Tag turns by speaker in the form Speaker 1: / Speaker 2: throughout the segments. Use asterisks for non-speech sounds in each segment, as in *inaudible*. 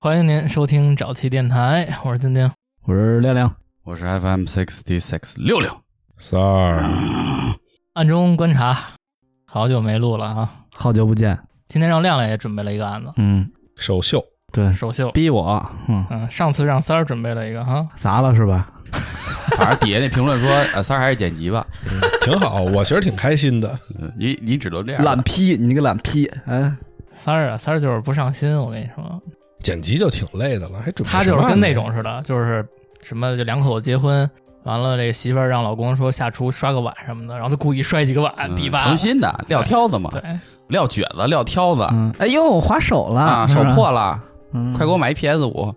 Speaker 1: 欢迎您收听早期电台，我是丁丁。
Speaker 2: 我是亮亮，
Speaker 3: 我是 FM sixty six 六六，
Speaker 4: 三儿，
Speaker 1: 暗中观察，好久没录了啊！
Speaker 2: 好久不见。
Speaker 1: 今天让亮亮也准备了一个案子，
Speaker 2: 嗯，
Speaker 4: 首秀，
Speaker 2: 对，
Speaker 1: 首秀。
Speaker 2: 逼我，嗯，
Speaker 1: 嗯，上次让三儿准备了一个哈，
Speaker 2: 砸了是吧？
Speaker 3: 反正底下那评论说， *laughs* 呃，三儿还是剪辑吧，
Speaker 4: 嗯挺好，我其实挺开心的。
Speaker 3: 嗯你你只能这样了
Speaker 2: 懒批，你那个懒批，哎，
Speaker 1: 三儿啊，三儿就是不上心，我跟你说，
Speaker 4: 剪辑就挺累的了，还准备
Speaker 1: 他就
Speaker 4: 什
Speaker 1: 是
Speaker 4: 么
Speaker 1: 跟那
Speaker 4: 呢
Speaker 1: 种似
Speaker 4: *laughs*
Speaker 1: 的，就是什么就两口子结婚，完了这媳妇儿让老公说下厨刷个碗什么的，然后他故意摔几个碗，
Speaker 3: 嗯
Speaker 1: 比吧，
Speaker 3: 诚心的撂挑子嘛，
Speaker 1: 对，
Speaker 3: 撂蹶子，撂挑子
Speaker 2: 嗯，哎呦，我划手了，
Speaker 3: 啊，
Speaker 2: 是
Speaker 3: 手
Speaker 2: 吧，
Speaker 3: 破了，
Speaker 2: 嗯
Speaker 3: 快给我买一 PS 五，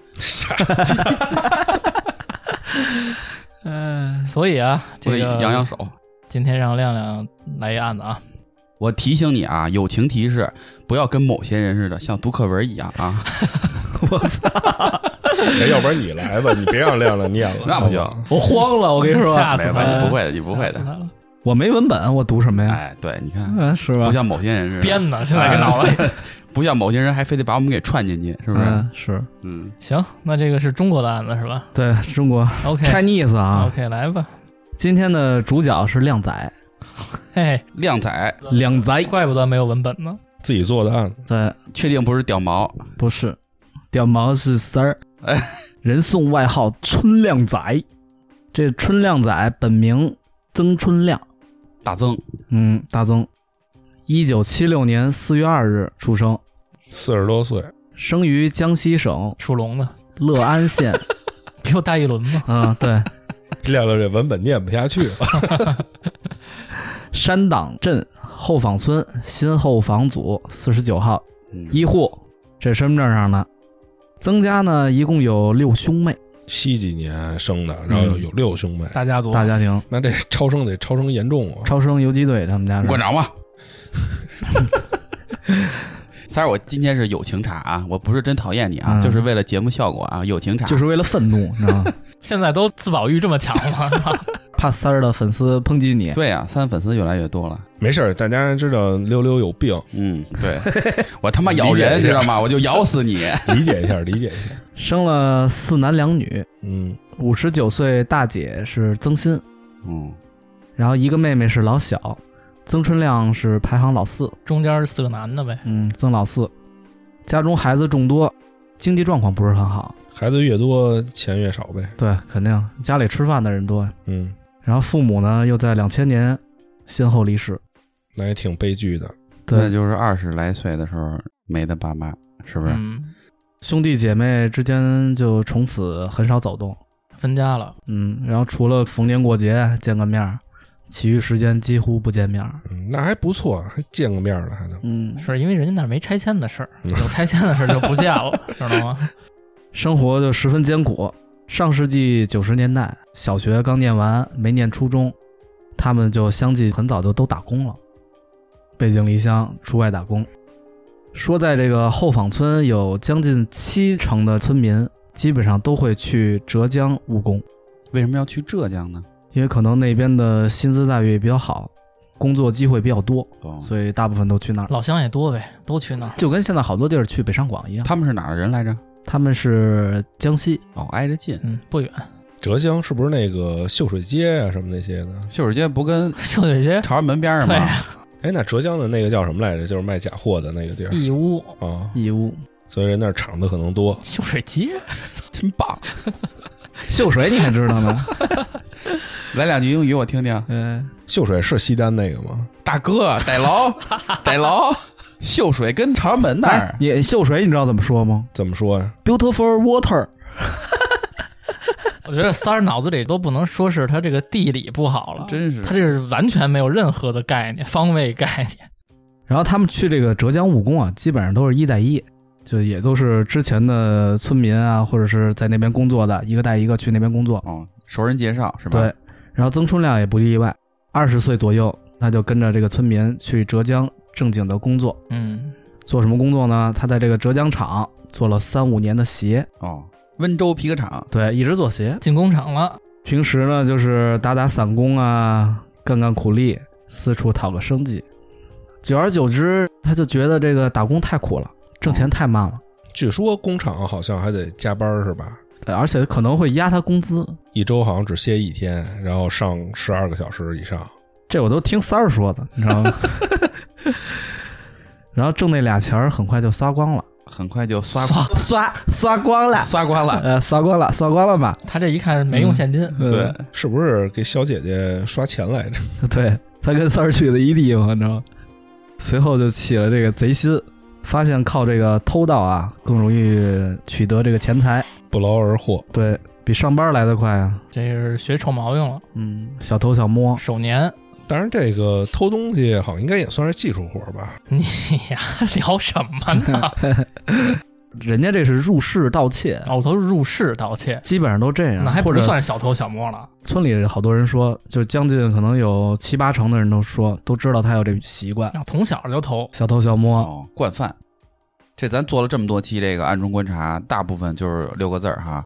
Speaker 2: 嗯，
Speaker 1: 所以啊，这
Speaker 3: 我得
Speaker 1: 个
Speaker 3: 养养手。
Speaker 1: 今天让亮亮来一案子啊，
Speaker 3: 我提醒你啊，友情提示，不要跟某些人似的，像读课文一样啊，，
Speaker 4: 哎要不然你来吧，你别让亮亮念了
Speaker 3: *laughs* 那不行
Speaker 4: 好吧
Speaker 2: 我慌了，我跟你说，哎
Speaker 1: 吓死
Speaker 3: 没
Speaker 1: 他
Speaker 3: 问
Speaker 1: 了
Speaker 3: 题，不会的，你不会
Speaker 1: 吓死
Speaker 3: 的。
Speaker 1: 他 *laughs* 了
Speaker 2: 我没文本，我读什么呀？
Speaker 3: 哎，对，你看，
Speaker 2: 嗯，是吧？
Speaker 3: 不像某些人似的，
Speaker 1: 编呢，现在
Speaker 3: 哎
Speaker 1: 给闹了。
Speaker 3: 不像某些人还非得把我们给串进去，是不是？
Speaker 2: 嗯，是
Speaker 3: 嗯，
Speaker 1: 行，那这个是中国的案子是吧
Speaker 2: 对中国
Speaker 1: ？OK
Speaker 2: Chinese 啊。
Speaker 1: OK，来吧，
Speaker 2: 今天的主角是靓仔，
Speaker 1: 嘿，
Speaker 3: 靓仔，
Speaker 2: 靓
Speaker 3: 哎
Speaker 2: 仔，
Speaker 1: 怪不得没有文本呢。
Speaker 4: 自己做的案子，
Speaker 2: 对，
Speaker 3: 确定不是屌毛？
Speaker 2: 不是，屌毛是三儿，
Speaker 3: 哎，
Speaker 2: 人送外号“春靓仔”。这春靓仔本名曾春亮，
Speaker 3: 大增，
Speaker 2: 嗯，大曾，一九七六年四月二日出生，
Speaker 4: 四十多岁，
Speaker 2: 生于江西省
Speaker 1: 属龙的，
Speaker 2: 乐安县。
Speaker 1: 比我大一轮嘛。
Speaker 2: 嗯，对，
Speaker 4: 亮亮这文本念不下去了。
Speaker 2: 山党镇后坊村新后坊组四十九号
Speaker 3: 嗯
Speaker 2: 一户，这身份证上呢。曾家呢，一共有六兄妹，
Speaker 4: 七几年生的，然后有
Speaker 2: 嗯
Speaker 4: 有六兄妹，
Speaker 1: 大家族，
Speaker 2: 大家庭。
Speaker 4: 那这超生得超生严重啊！
Speaker 2: 超生游击队他们家是
Speaker 3: 馆长吧。 *laughs* 三儿，我今天是友情茶啊，我不是真讨厌你啊，
Speaker 2: 嗯
Speaker 3: 就是为了节目效果啊，友情茶。
Speaker 2: 就是为了愤怒，你知道吗？
Speaker 1: 现在都自保欲这么强
Speaker 3: *laughs*
Speaker 1: 了，
Speaker 2: 怕三儿的粉丝抨击你。
Speaker 3: 对啊，三粉丝越来越多了。
Speaker 4: 没事儿，大家知道溜溜有病，
Speaker 3: 嗯， *laughs* 对，我他妈咬人，
Speaker 4: 理解一下
Speaker 3: 知道吗？我就咬死你。
Speaker 4: 理解一下，理解一下。
Speaker 2: 生了四男两女，
Speaker 4: 嗯，
Speaker 2: 五十九岁大姐是曾欣，
Speaker 3: *laughs* 嗯，
Speaker 2: 然后一个妹妹是老小，曾春亮是排行老四，
Speaker 1: 中间四个男的呗。
Speaker 2: 嗯，曾老四。家中孩子众多，经济状况不是很好，
Speaker 4: 孩子越多钱越少呗。
Speaker 2: 对，肯定家里吃饭的人多。
Speaker 4: 嗯，
Speaker 2: 然后父母呢又在两千年先后离世，
Speaker 4: 那也挺悲剧的。
Speaker 3: 那
Speaker 2: 对，
Speaker 3: 就是二十来岁的时候没的爸妈，是不是？
Speaker 1: 嗯，
Speaker 2: 兄弟姐妹之间就从此很少走动，
Speaker 1: 分家了，
Speaker 2: 嗯，然后除了逢年过节见个面儿，其余时间几乎不见面儿，
Speaker 4: 嗯，那还不错，还见个面儿了，还能。
Speaker 2: 嗯，
Speaker 1: 是因为人家那儿没拆迁的事
Speaker 3: *laughs*
Speaker 1: 儿，
Speaker 4: 嗯
Speaker 1: 有拆迁的事儿就不见了，知道吗？
Speaker 2: 生活就十分艰苦。上世纪九十年代，小学刚念完，没念初中，他们就相继很早就都打工了，背井离乡出外打工。说在这个后坊村有将近七成的村民基本上都会去浙江务工，
Speaker 3: 为什么要去浙江呢？
Speaker 2: 因为可能那边的薪资待遇比较好，工作机会比较多，
Speaker 3: 哦，
Speaker 2: 所以大部分都去那儿。
Speaker 1: 老乡也多呗，都去那儿。
Speaker 2: 就跟现在好多地儿去北上广一样，
Speaker 3: 他们是哪儿人来着？
Speaker 2: 他们是江西，
Speaker 3: 哦，挨着近。
Speaker 1: 嗯，不远， *laughs*
Speaker 4: 浙江是不是那个秀水街啊什么那些的？
Speaker 3: 秀水街不跟
Speaker 1: 秀水街
Speaker 3: 朝阳门边上吗
Speaker 1: 对？
Speaker 4: 哎，那浙江的那个叫什么来着？就是卖假货的那个地儿
Speaker 1: 义乌
Speaker 4: 啊，
Speaker 2: 义乌、
Speaker 4: 所以人那儿厂子可能多。
Speaker 1: 秀水街，
Speaker 3: 真棒！
Speaker 2: 秀水，你还知道吗？
Speaker 3: 来两句英语我听听。
Speaker 2: 嗯。
Speaker 4: 秀水是西单那个吗？
Speaker 3: 大哥，逮 *laughs* 牢，逮牢！秀水跟朝阳门那
Speaker 2: 哎
Speaker 3: 儿，
Speaker 2: 你秀水你知道怎么说吗
Speaker 4: 怎么说呀、
Speaker 2: ？Beautiful water，
Speaker 1: 我觉得三儿脑子里都不能说是他这个地理不好了，
Speaker 3: 真是
Speaker 1: 他这是完全没有任何的概念、方位概念。
Speaker 2: 然后他们去这个浙江务工啊，基本上都是一带一，就也都是之前的村民啊，或者是在那边工作的，一个带一个去那边工作。
Speaker 3: 哦，熟人介绍是吧？
Speaker 2: 对，，然后曾春亮也不例外，二十岁左右，他就跟着这个村民去浙江正经的工作，
Speaker 1: 嗯，
Speaker 2: 做什么工作呢？他在这个浙江厂做了三五年的鞋，
Speaker 3: 哦，温州皮革厂，
Speaker 2: 对，一直做鞋。
Speaker 1: 进工厂了，
Speaker 2: 平时呢，就是打打散工啊，干干苦力，四处讨个生计。久而久之，他就觉得这个打工太苦了，挣钱太慢了，
Speaker 4: 据说工厂好像还得加班是吧？
Speaker 2: 对哎而且可能会压他工资，
Speaker 4: 一周好像只歇一天，然后上十二个小时以上。
Speaker 2: 这我都听三儿说的，你知道吗？然后挣那俩钱儿很快就刷光了，
Speaker 3: 很快就刷
Speaker 2: 刷刷刷光了，
Speaker 3: 刷光了。
Speaker 2: 呃，刷光了，刷光了吧？
Speaker 1: 他这一看没用现金，
Speaker 2: 嗯
Speaker 3: 对，
Speaker 4: 是不是给小姐姐刷钱来着？ *laughs*
Speaker 2: 呃 *laughs* 对，他跟三儿去的一地方，你知道吗？随后就起了这个贼心，发现靠这个偷盗啊更容易取得这个钱财，
Speaker 4: 不劳而获，
Speaker 2: 对比上班来得快啊。
Speaker 1: 这是学臭毛病了，
Speaker 2: 嗯，小偷小
Speaker 1: *laughs*
Speaker 2: 摸，
Speaker 1: 手年。
Speaker 4: 当然这个偷东西好像应该也算是技术活吧？
Speaker 1: 你呀，聊什么
Speaker 2: *laughs*
Speaker 1: 呢？
Speaker 2: 人家这是入室盗窃，
Speaker 1: 哦，我都是入室盗窃，
Speaker 2: 基本上都这样。
Speaker 1: 那还
Speaker 2: 啊或
Speaker 1: 不
Speaker 2: 者
Speaker 1: 算是小偷小摸了。
Speaker 2: 村里好多人说，就将近可能有七八成的人都说都知道他有这习惯，
Speaker 1: 啊从小就偷，
Speaker 2: 小偷小摸。
Speaker 3: 哦，惯犯。这咱做了这么多期这个暗中观察，大部分就是六个字儿哈，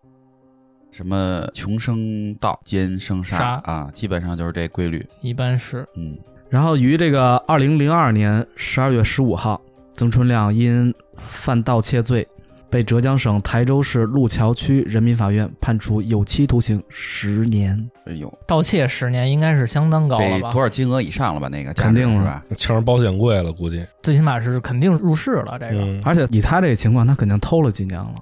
Speaker 3: 什么穷生盗，奸生杀
Speaker 1: 杀
Speaker 3: 啊，基本上就是这规律。
Speaker 1: 一般是
Speaker 3: 嗯，
Speaker 2: 然后于这个二零零二年十二月十五号，曾春亮因犯盗窃罪，被浙江省台州市路桥区人民法院判处有期徒刑十年。
Speaker 3: 哎呦，
Speaker 1: 盗窃十年，应该是相当高
Speaker 3: 得
Speaker 1: 了吧
Speaker 3: 多？少金额以上了吧？那个价值
Speaker 2: 肯定了
Speaker 3: 是吧？
Speaker 4: 抢上保险柜了，估计。
Speaker 1: 最起码是肯定入室了。这个
Speaker 4: 嗯，
Speaker 2: 而且以他这个情况，他肯定偷了几年了，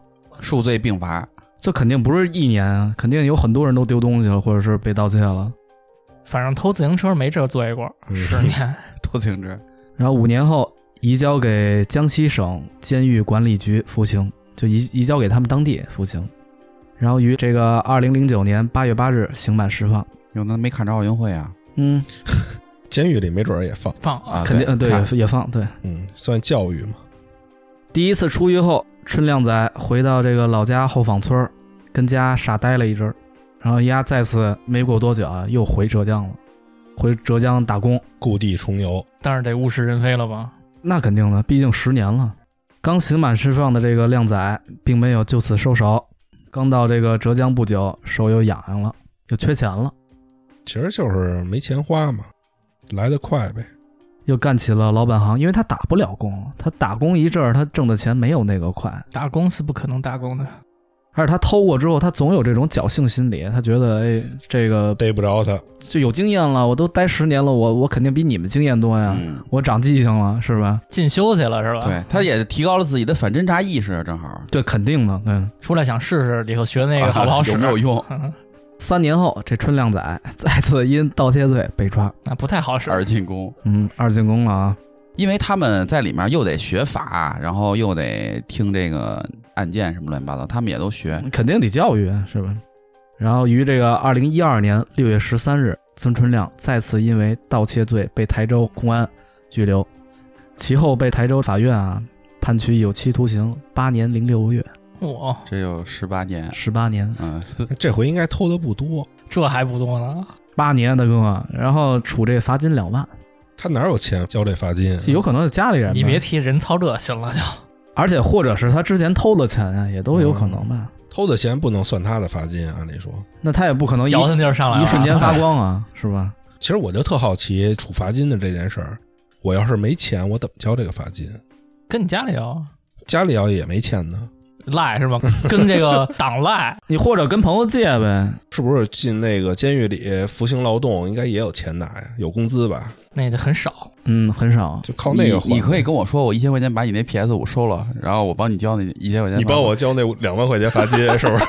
Speaker 3: 数罪并罚，
Speaker 2: 这肯定不是一年啊，肯定有很多人都丢东西了，或者是被盗窃了。
Speaker 1: 反正偷自行车没这罪过，
Speaker 4: 嗯
Speaker 1: 十年。
Speaker 3: 多停止。
Speaker 2: 然后五年后移交给江西省监狱管理局服刑，就移移交给他们当地服刑。然后于这个二零零九年八月八日刑满释放。
Speaker 3: 哟，那没看着奥运会啊？
Speaker 2: 嗯，
Speaker 4: 监狱里没准儿也放，
Speaker 1: 放
Speaker 3: 啊，
Speaker 2: 肯定，嗯，对，
Speaker 3: 看
Speaker 2: 也也放对。
Speaker 4: 嗯，算教育嘛。
Speaker 2: 第一次出狱后，春亮仔回到这个老家后坊村儿，跟家傻待了一阵儿，然后丫再次没过多久啊，又回浙江了，回浙江打工，
Speaker 4: 故地重游，
Speaker 1: 但是得物是人非了吧？
Speaker 2: 那肯定的，毕竟十年了。刚刑满释放的这个亮仔，并没有就此收手，刚到这个浙江不久，手又痒痒了，又缺钱了，
Speaker 4: 其实就是没钱花嘛，来得快呗。
Speaker 2: 又干起了老本行，因为他打不了工了，他打工一阵儿，他挣的钱没有那个快，
Speaker 1: 打工是不可能打工的。
Speaker 2: 而且他偷过之后，他总有这种侥幸心理，他觉得哎，这个
Speaker 4: 逮不着他，
Speaker 2: 就有经验了，我都待十年了，我我肯定比你们经验多呀，
Speaker 3: 嗯，
Speaker 2: 我长记性了，是吧？
Speaker 1: 进修去了是吧？，
Speaker 3: 对，他也提高了自己的反侦查意识，正好啊
Speaker 2: 对，肯定的，对。
Speaker 1: 出来想试试里头学那个好不好使？ *laughs*
Speaker 3: 有没有用？
Speaker 1: 嗯
Speaker 2: 三年后，这春亮仔 *laughs* 再次因盗窃罪被抓，
Speaker 1: 那不太好使。
Speaker 3: 二进宫，
Speaker 2: 嗯，二进宫了啊。
Speaker 3: 因为他们在里面又得学法，然后又得听这个案件什么乱七八糟，他们也都
Speaker 1: 嗯
Speaker 3: 学。
Speaker 2: 肯定得教育，是吧？然后于这个二零一二年六月十三日，曾春亮再次因为盗窃罪被台州公安拘留，其后被台州法院啊判处有期徒刑八年零六个月，
Speaker 1: 我
Speaker 3: 这有十八年，
Speaker 2: 十八年，
Speaker 3: 嗯，
Speaker 4: *laughs* 这回应该偷的不多。
Speaker 1: 这还不多呢，
Speaker 2: 八年大哥啊，然后处这罚金两万，
Speaker 4: 他哪有钱交这罚金？啊
Speaker 2: 有可能是家里人呗，
Speaker 1: 你别提人操这心了就。
Speaker 2: 而且或者是他之前偷的钱啊，也都有可能吧。
Speaker 4: 偷的钱不能算他的罚金，按理说。
Speaker 2: 那他也不可能一
Speaker 1: 嗯矫情劲儿上来了，
Speaker 2: 一瞬间发光啊，是吧？
Speaker 4: 其实我就特好奇处罚金的这件事儿，我要是没钱，我怎么交这个罚金？
Speaker 1: *laughs* 跟你家里有
Speaker 4: 家里要也没钱呢，
Speaker 1: 赖是吧？跟这个党赖，
Speaker 2: 你或者跟朋友借呗，
Speaker 4: 是不是进那个监狱里服刑劳动，应该也有钱拿呀？有工资吧？
Speaker 1: 那就很少。
Speaker 2: 嗯，很少。
Speaker 4: 就靠那个
Speaker 3: 你，
Speaker 4: 还。
Speaker 3: 你可以跟我说，我一千块钱把你那 PS 五收了，然后我帮你交那一千块钱。
Speaker 4: 你帮我交那两万块钱 *laughs* 罚金，是不是？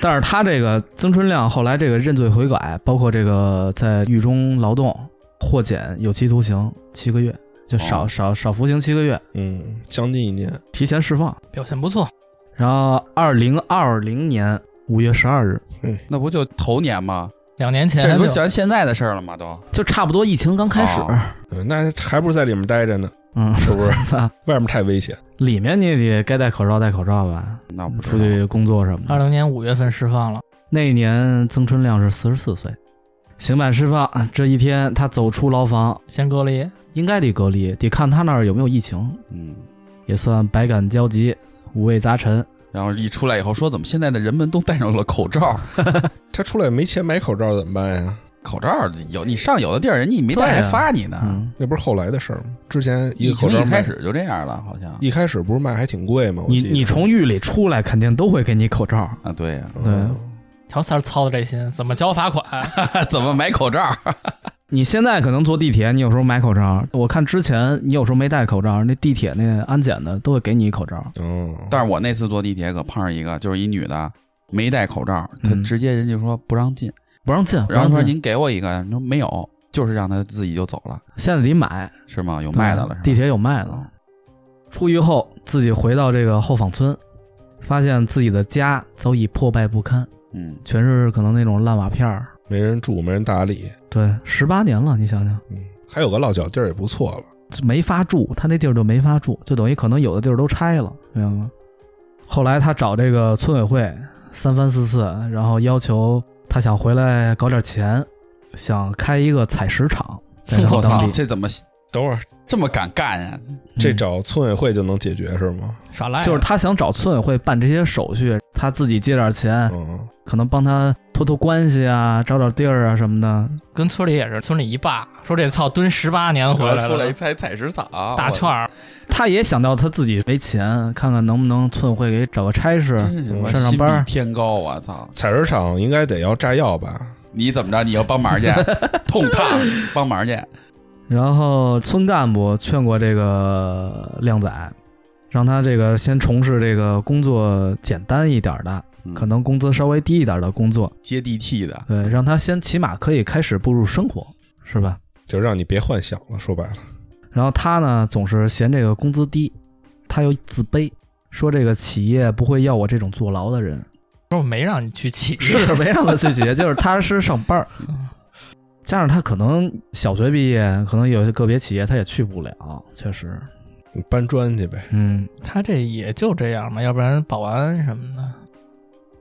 Speaker 2: 但是他这个曾春亮后来这个认罪悔改，包括这个在狱中劳动获减有期徒刑七个月，就少、
Speaker 3: 哦
Speaker 2: 少少服刑七个月，
Speaker 4: 嗯，将近一年。
Speaker 2: 提前释放。
Speaker 1: 表现不错，
Speaker 2: 然后二零二零年五月十二日，
Speaker 3: 那不就头年吗？
Speaker 1: 两年前
Speaker 3: 这不
Speaker 1: 就是
Speaker 3: 咱现在的事儿了吗？都
Speaker 2: 就差不多疫情刚开始，
Speaker 3: 哦
Speaker 4: 嗯那还不如在里面待着呢，
Speaker 2: 嗯，
Speaker 4: 是 *laughs* 不是？
Speaker 2: 操
Speaker 4: 外面太危险。
Speaker 2: 里面你也得该戴口罩戴口罩吧，
Speaker 3: 那我不知道
Speaker 2: 出去工作什么
Speaker 1: 二
Speaker 2: 的。
Speaker 1: 零年五月份释放了，
Speaker 2: 那一年曾春亮是四十四岁，刑满释放这一天，他走出牢房，
Speaker 1: 先隔离，
Speaker 2: 应该得隔离，得看他那儿有没有疫情，
Speaker 3: 嗯，
Speaker 2: 也算百感交集，五味杂陈。
Speaker 3: 然后一出来以后说，怎么现在的人们都戴上了口罩？
Speaker 4: 他出来没钱买口罩怎么办呀？
Speaker 3: 口罩有你上有的地儿，人家没戴还
Speaker 2: 对啊
Speaker 3: 发你呢。
Speaker 2: 嗯，
Speaker 4: 那不是后来的事儿吗？之前一
Speaker 3: 疫
Speaker 4: 个口
Speaker 3: 情
Speaker 4: 罩
Speaker 3: 一开
Speaker 4: 卖，
Speaker 3: 始就这样了，好像
Speaker 4: 一开始不是卖还挺贵吗？我
Speaker 2: 你
Speaker 4: 记得
Speaker 2: 你从狱里出来，肯定都会给你口罩。
Speaker 3: 啊，对 *laughs* 呀、
Speaker 4: 嗯
Speaker 1: 乔三儿操的这心，怎么交罚款？
Speaker 3: 怎么买
Speaker 2: *laughs*
Speaker 3: 口罩？
Speaker 2: 你现在可能坐地铁，你有时候买口罩。我看之前你有时候没戴口罩，那地铁那安检的都会给你一口罩。
Speaker 4: 哦，
Speaker 3: 但是我那次坐地铁可碰上一个，就是一女的没戴口罩，她
Speaker 2: 嗯
Speaker 3: 直接人家说不让进，
Speaker 2: 不让进，不
Speaker 3: 然后
Speaker 2: 让
Speaker 3: 说
Speaker 2: 进。
Speaker 3: 您给我一个，说没有，就是让她自己就走了，
Speaker 2: 现在得买，
Speaker 3: 是吗？有卖的了
Speaker 2: 对啊
Speaker 3: 是吗？
Speaker 2: 地铁有卖的。出狱后，自己回到这个后坊村，发现自己的家早已破败不堪，
Speaker 3: 嗯，
Speaker 2: 全是可能那种烂瓦片儿。
Speaker 4: 没人住，没人打理，
Speaker 2: 对，十八年了，你想想，
Speaker 4: 嗯，还有个落脚地儿也不错了。
Speaker 2: 这没法住，他那地儿就没法住，就等于可能有的地儿都拆了，明白吗？后来他找这个村委会三番四次，然后要求他想回来搞点钱，想开一个采石场， *laughs* 在他
Speaker 3: 我
Speaker 2: 们当
Speaker 3: 操，
Speaker 2: 地。
Speaker 3: 这怎么
Speaker 4: 等会儿
Speaker 3: 这么敢干啊呀、
Speaker 4: 这
Speaker 2: 嗯
Speaker 4: 找村委会就能解决是吗？
Speaker 1: 耍赖啊
Speaker 2: 就是他想找村委会办这些手续，他自己借点钱，
Speaker 4: 嗯，
Speaker 2: 可能帮他托托关系啊，找找地儿啊什么的。
Speaker 1: 跟村里也是，村里一霸说这操蹲十八年回来
Speaker 3: 出来
Speaker 1: 了，
Speaker 3: 采采石啊场，
Speaker 1: 打圈儿，
Speaker 2: 他也想到他自己没钱，看看能不能村委会给找个差事
Speaker 3: 我，真是他妈
Speaker 2: 上上
Speaker 3: 心比
Speaker 2: 班儿
Speaker 3: 天高，我操！
Speaker 4: 采石场应该得要炸药吧？
Speaker 3: 你怎么着？你要帮
Speaker 2: *laughs*
Speaker 3: 忙去，痛烫帮忙去。
Speaker 2: 然后村干部劝过这个靓仔，让他这个先从事这个工作简单一点儿的，
Speaker 3: 嗯
Speaker 2: 可能工资稍微低一点儿的工作，
Speaker 3: 接地气的，
Speaker 2: 对，让他先起码可以开始步入生活，是吧？
Speaker 4: 就让你别幻想了，说白了，
Speaker 2: 然后他呢总是嫌这个工资低，他又自卑，说这个企业不会要我这种坐牢的人，
Speaker 1: 说我没让你去起义，
Speaker 2: 是没让他去企业，就是踏踏实实上班儿。加上他可能小学毕业，可能有些个别企业他也去不了，确实，
Speaker 4: 你搬砖去呗。
Speaker 2: 嗯，
Speaker 1: *laughs* 他这也就这样嘛，要不然保安什么的，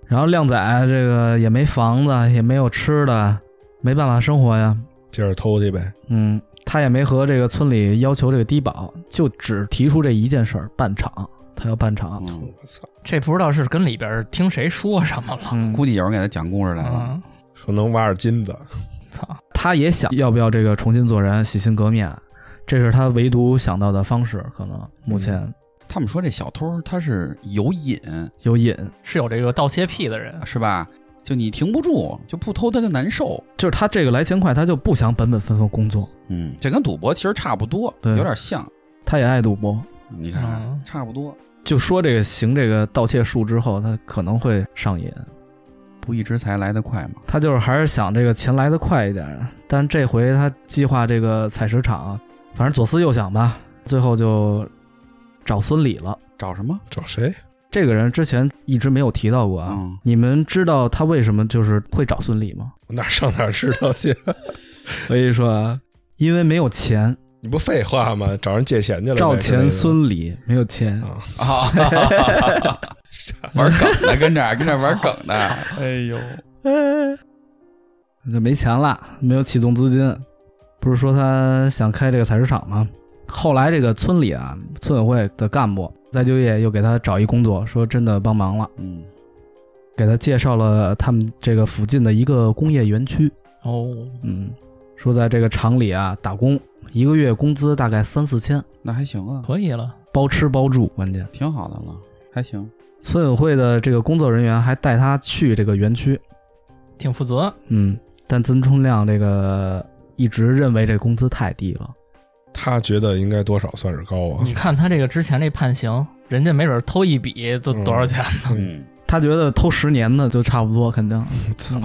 Speaker 2: 然后靓仔这个也没房子，也没有吃的，没办法生活呀。
Speaker 4: 接着偷去呗，
Speaker 2: 嗯，他也没和这个村里要求这个低保，就只提出这一件事儿：办厂，他要办厂。
Speaker 3: 嗯，
Speaker 4: 我操，
Speaker 1: 这不知道是跟里边听谁说什么了。
Speaker 2: 嗯，
Speaker 3: 估计有人给他讲故事来了。
Speaker 1: 嗯，
Speaker 4: 说能挖点金子，
Speaker 1: 操，
Speaker 2: 他也想要不要这个重新做人，洗心革面，这是他唯独想到的方式。可能目前
Speaker 3: 他们说这小偷他是有瘾，
Speaker 2: 有瘾，
Speaker 1: 是有这个盗窃癖的人，
Speaker 3: 是吧？就你停不住，就不偷他就难受。
Speaker 2: 就是他这个来钱快，他就不想本本分分工作，
Speaker 3: 嗯，这跟赌博其实差不多，
Speaker 2: 对
Speaker 3: 有点像。
Speaker 2: 他也爱赌博。
Speaker 3: 你看，
Speaker 1: 嗯
Speaker 3: 差不多，
Speaker 2: 就说这个行这个盗窃术之后，他可能会上瘾。
Speaker 3: 不义之财来得快嘛。
Speaker 2: 他就是还是想这个钱来得快一点，但这回他计划这个采石场，反正左思右想吧，最后就找孙李了。
Speaker 3: 找什么？
Speaker 4: 找谁？
Speaker 2: 这个人之前一直没有提到过啊，
Speaker 3: 嗯 *laughs*
Speaker 2: 你们知道他为什么就是会找孙李吗？
Speaker 4: 我哪上哪知道去？
Speaker 2: 所以说啊，因为没有钱，
Speaker 4: 你不废话吗？找人借钱去了呗，
Speaker 2: 赵
Speaker 4: 之类
Speaker 2: 钱
Speaker 4: 的
Speaker 2: 孙李没有钱，
Speaker 4: 啊，
Speaker 3: 啊，玩梗的，跟这儿跟这儿玩梗的。
Speaker 2: 哎呦， *laughs* 就没钱了，没有启动资金。不是说他想开这个采石场吗？后来这个村里啊，村委会的干部再就业又给他找一工作，说真的帮忙了，
Speaker 3: 嗯，
Speaker 2: 给他介绍了他们这个附近的一个工业园区。
Speaker 1: 哦，
Speaker 2: 嗯，说在这个厂里啊打工，一个月工资大概三四千，
Speaker 3: 那还行啊，
Speaker 1: 可以了，
Speaker 2: 包吃包住，关键。
Speaker 3: 挺好的了，还行。
Speaker 2: 村委会的这个工作人员还带他去这个园区，
Speaker 1: 挺负责，
Speaker 2: 嗯，但曾春亮这个一直认为这工资太低了，
Speaker 4: 他觉得应该多少算是高啊 *laughs*
Speaker 1: 你。看他这个之前这判刑，人家没准偷一笔都多少钱呢？
Speaker 3: 嗯，
Speaker 2: 他觉得偷十年的就差不多，肯定。
Speaker 4: 操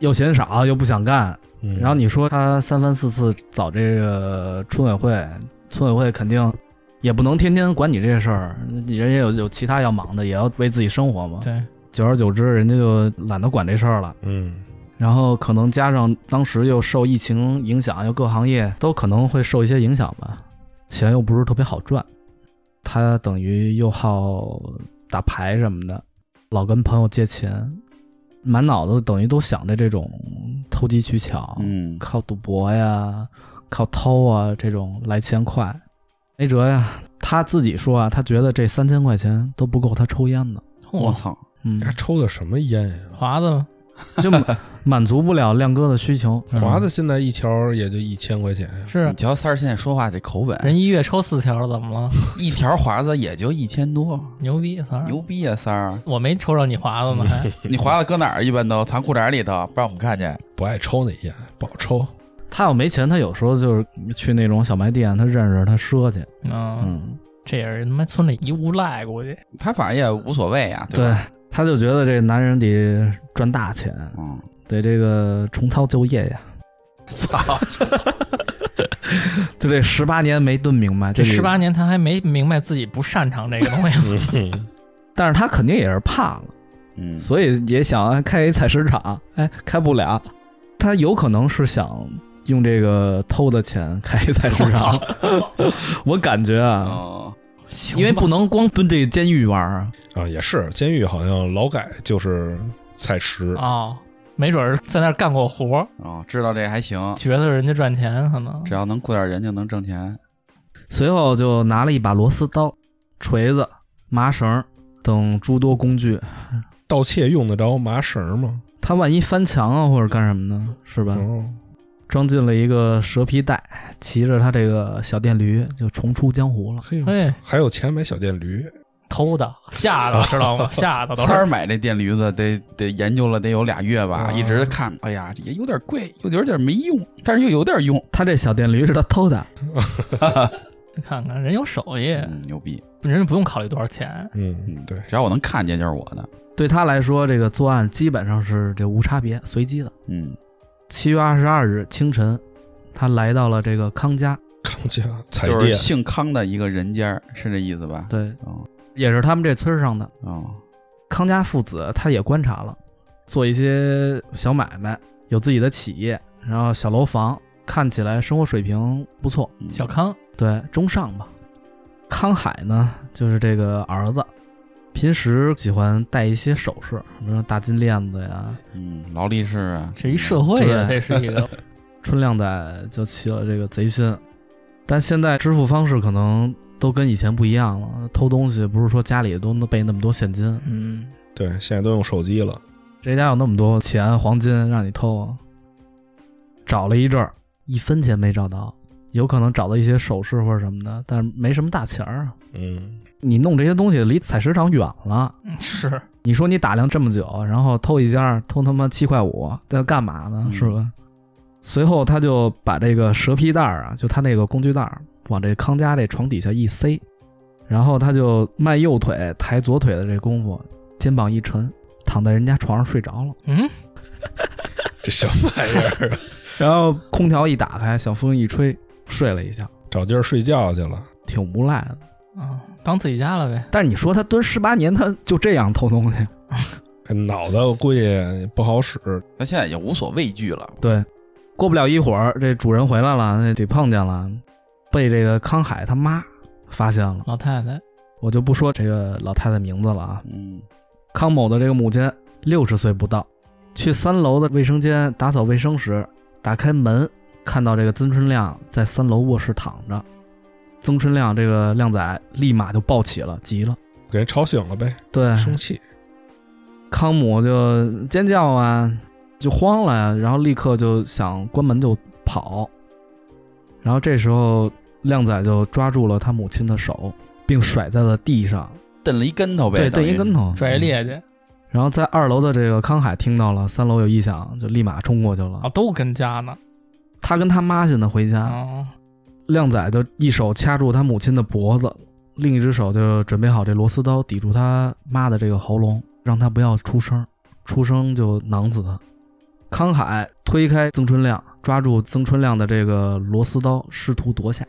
Speaker 2: 又嫌少又不想干，
Speaker 4: 嗯
Speaker 2: 然后你说他三番四次找这个村委会，村委会肯定也不能天天管你这事儿，人也有有其他要忙的，也要为自己生活嘛。
Speaker 1: 对，
Speaker 2: 久而久之，人家就懒得管这事儿了。
Speaker 4: 嗯，
Speaker 2: 然后可能加上当时又受疫情影响，又各行业都可能会受一些影响吧，钱又不是特别好赚，他等于又好打牌什么的，老跟朋友借钱，满脑子等于都想着这种投机取巧，
Speaker 3: 嗯，
Speaker 2: 靠赌博呀，靠偷啊这种来钱快，没辙呀。他自己说啊，他觉得这三千块钱都不够他抽烟的，
Speaker 1: 嚯
Speaker 3: 我操，
Speaker 2: 嗯
Speaker 4: 他，抽的什么烟呀？
Speaker 1: 华子吗，
Speaker 2: 就满 *laughs* 满足不了亮哥的需求。
Speaker 4: 华
Speaker 2: 嗯
Speaker 4: 子现在一条也就一千块钱呀，
Speaker 1: 是
Speaker 3: 你瞧三儿现在说话这口吻，
Speaker 1: 人一月抽四条，怎么了？
Speaker 3: *laughs* 一条华子也就一千多，
Speaker 1: 牛逼，三儿，
Speaker 3: 牛逼啊三儿！
Speaker 1: 我没抽着 *laughs* 你华子呢，
Speaker 2: 嗯 *laughs*
Speaker 1: 还
Speaker 3: 你华子搁哪儿？一般都藏裤衩里头，不让我们看见。
Speaker 4: 不爱抽那烟，不好抽。
Speaker 2: 他要没钱，他有时候就是去那种小卖店，他认识他赊去。
Speaker 1: 嗯，
Speaker 2: 嗯，
Speaker 1: 这也是他妈村里一无赖，估计
Speaker 3: 他反正也无所谓啊，
Speaker 2: 对
Speaker 3: 吧？，
Speaker 2: 他就觉得这男人得赚大钱，
Speaker 3: 嗯，
Speaker 2: 得这个重操旧业呀。
Speaker 3: 操，
Speaker 2: 就这十八年没炖明白，
Speaker 1: 这
Speaker 2: 里
Speaker 1: 十八，年他还没明白自己不擅长这个东
Speaker 4: *laughs*
Speaker 1: 西。
Speaker 2: 但是他肯定也是怕了，
Speaker 3: 嗯，
Speaker 2: 所以也想哎开一菜市场，哎，开不了。他有可能是想用这个偷的钱开一菜市场， *laughs* 我感觉啊，
Speaker 3: 嗯，
Speaker 1: 行吧
Speaker 2: 因为不能光蹲这监狱玩儿啊。
Speaker 4: 啊，也是，监狱好像劳改就是菜食，
Speaker 1: 哦，没准儿在那儿干过活，
Speaker 3: 哦，知道这还行，
Speaker 1: 觉得人家赚钱可能
Speaker 3: 只要能雇点人就能挣钱。
Speaker 2: 随后就拿了一把螺丝刀、锤子、麻绳等诸多工具。
Speaker 4: 盗窃用得着麻绳吗？
Speaker 2: 他万一翻墙啊或者干什么呢？是吧？
Speaker 4: 哦，
Speaker 2: 装进了一个蛇皮袋，骑着他这个小电驴就重出江湖了。
Speaker 4: 哦嘿，
Speaker 1: 嘿
Speaker 4: 还有钱买小电驴，
Speaker 1: 偷的、吓的，知道吗？吓的都
Speaker 3: 三儿
Speaker 1: 是。
Speaker 3: 买这电驴子得得研究了得有俩月吧，
Speaker 1: 啊
Speaker 3: 一直看，哎呀，也有点贵，又有点没用，但是又有点用，
Speaker 2: 他这小电驴是他偷的，
Speaker 1: 你看看人有手艺，
Speaker 3: 嗯，牛逼，
Speaker 1: 人家不用考虑多少钱。
Speaker 4: 嗯
Speaker 3: 嗯，，
Speaker 4: 对，
Speaker 3: 只要我能看见就是我的，
Speaker 2: 对他来说，这个作案基本上是这无差别、随机的。
Speaker 3: 嗯，
Speaker 2: 七月二十二日清晨，他来到了这个康家，
Speaker 4: 康家彩
Speaker 3: 就是
Speaker 4: 电，
Speaker 3: 姓康的一个人家儿，是这意思吧？
Speaker 2: 对，
Speaker 3: 哦
Speaker 2: 也是他们这村儿上的
Speaker 3: 哦，
Speaker 2: 康家父子。他也观察了，做一些小买卖，有自己的企业，然后小楼房，看起来生活水平不错。
Speaker 3: 嗯
Speaker 1: 小康
Speaker 2: 对，中上吧。康海呢，就是这个儿子，平时喜欢戴一些首饰，比如说大金链子呀。
Speaker 3: 嗯，劳力士啊，
Speaker 1: 这一社会呀，这
Speaker 2: 对
Speaker 1: 是一个
Speaker 2: 春亮仔就起了这个贼心，但现在支付方式可能都跟以前不一样了。偷东西不是说家里都能备那么多现金，
Speaker 1: 嗯，
Speaker 4: 对，现在都用手机了，
Speaker 2: 谁家有那么多钱黄金让你偷啊？找了一阵儿，一分钱没找到，有可能找到一些首饰或者什么的，但是没什么大钱儿啊。
Speaker 4: 嗯，
Speaker 2: 你弄这些东西离采石场远了，
Speaker 1: 是
Speaker 2: 你说你打量这么久，然后偷一家偷他妈七块五，那干嘛呢？
Speaker 3: 嗯
Speaker 2: 是吧？随后他就把这个蛇皮袋儿啊，就他那个工具袋儿，往这康家这床底下一塞，然后他就迈右腿抬左腿的这功夫，肩膀一沉，躺在人家床上睡着了。
Speaker 1: 嗯，
Speaker 4: 这什么玩意儿啊？
Speaker 2: 然后空调一打开，小风一吹，睡了一觉，
Speaker 4: 找地儿睡觉去了，
Speaker 2: 挺无赖的。
Speaker 1: 啊，当自己家了呗。
Speaker 2: 但是你说他蹲十八年，他就这样偷东西，
Speaker 4: 哎脑袋我估计不好使，
Speaker 3: 嗯他现在也无所畏惧了，
Speaker 2: 对，过不了一会儿，这主人回来了，那得碰见了，被这个康海他妈发现了。
Speaker 1: 老太太
Speaker 2: 我就不说这个老太太名字了啊。
Speaker 3: 嗯，
Speaker 2: 康某的这个母亲六十岁不到，去三楼的卫生间打扫卫生时，打开门看到这个曾春亮在三楼卧室躺着。曾春亮这个亮仔立马就抱起了，急了。
Speaker 4: 给人吵醒了呗，
Speaker 2: 对，
Speaker 4: 生气，
Speaker 2: 康姆就尖叫啊，就慌了呀，然后立刻就想关门就跑。然后这时候亮仔就抓住了他母亲的手，并甩在了地上，
Speaker 3: 蹬了一跟头呗，
Speaker 2: 对，
Speaker 3: 等
Speaker 2: 蹬
Speaker 3: 于
Speaker 2: 一跟。头，
Speaker 1: 拽一趔趄
Speaker 2: 然后在二楼的这个康海听到了三楼有异响，就立马冲过去了。
Speaker 1: 啊，都跟家呢
Speaker 2: 他跟他妈现在回家，
Speaker 1: 啊，
Speaker 2: 亮仔就一手掐住他母亲的脖子，另一只手就准备好这螺丝刀抵住他妈的这个喉咙，让他不要出声，出声就囊死他。康海推开曾春亮，抓住曾春亮的这个螺丝刀，试图夺下。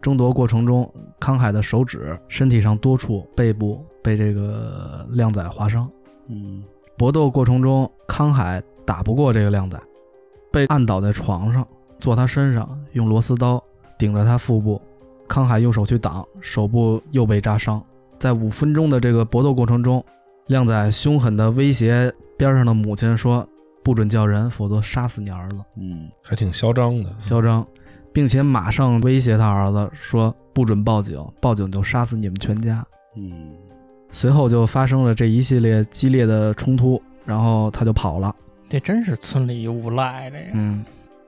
Speaker 2: 争夺过程中，康海的手指、身体上多处、背部被这个亮仔划伤。
Speaker 3: 嗯，
Speaker 2: 搏斗过程中，康海打不过这个靓仔，被按倒在床上，坐他身上，用螺丝刀顶着他腹部。康海用手去挡，手部又被扎伤。在五分钟的这个搏斗过程中，靓仔凶狠地威胁边上的母亲说：“不准叫人，否则杀死你儿子。
Speaker 3: 嗯，
Speaker 4: 还挺嚣张的”，
Speaker 2: 嚣张，并且马上威胁他儿子说：“不准报警，报警就杀死你们全家。”
Speaker 3: 嗯，
Speaker 2: 随后就发生了这一系列激烈的冲突，然后他就跑了。
Speaker 1: 这真是村里无赖，这个
Speaker 2: 嗯，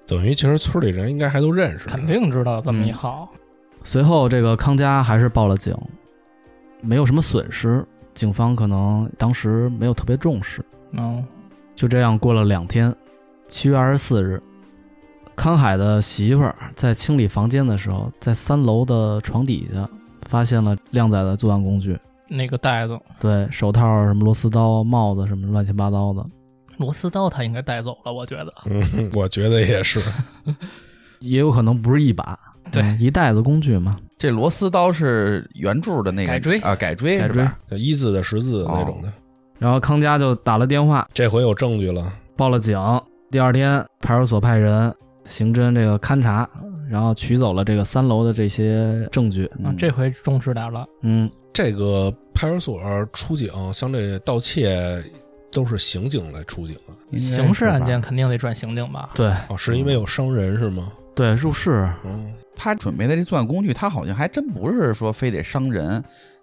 Speaker 4: 等于其实村里人应该还都认识呢，
Speaker 1: 肯定知道这么一号。
Speaker 2: 随后这个康佳还是报了警，没有什么损失，警方可能当时没有特别重视。
Speaker 1: 嗯，
Speaker 2: 就这样过了两天，七月二十四日，康海的媳妇儿在清理房间的时候，在三楼的床底下发现了靓仔的作案工具，
Speaker 1: 那个袋子
Speaker 2: 对手套、什么螺丝刀、帽子什么乱七八糟的，
Speaker 1: 螺丝刀他应该带走了，我觉得。啊
Speaker 4: 嗯，我觉得
Speaker 1: *laughs*
Speaker 4: 也是，
Speaker 2: 也有可能不是一把，
Speaker 1: 对
Speaker 2: 嗯一袋子工具嘛。
Speaker 3: 这螺丝刀是圆柱的那个
Speaker 1: 改锥
Speaker 3: 啊，改锥
Speaker 2: 改
Speaker 3: 是
Speaker 2: 锥
Speaker 3: 吧？
Speaker 4: 一字的十字那
Speaker 1: 哦
Speaker 4: 种的。
Speaker 2: 然后康佳就打了电话
Speaker 4: 这回有证据了，
Speaker 2: 报了警，第二天派出所派人刑侦这个勘查，然后取走了这个三楼的这些证据。
Speaker 3: 嗯
Speaker 1: 啊，这回重视点了，
Speaker 2: 嗯，
Speaker 4: 这个派出所出警相对盗窃都是刑警来出警的
Speaker 3: 应该是吧
Speaker 1: 刑事案件肯定得转刑警吧？
Speaker 2: 对
Speaker 4: 哦，是因为有伤人是吗？
Speaker 2: 对，入室
Speaker 4: 嗯，
Speaker 3: 他准备的这作案工具，他好像还真不是说非得伤人，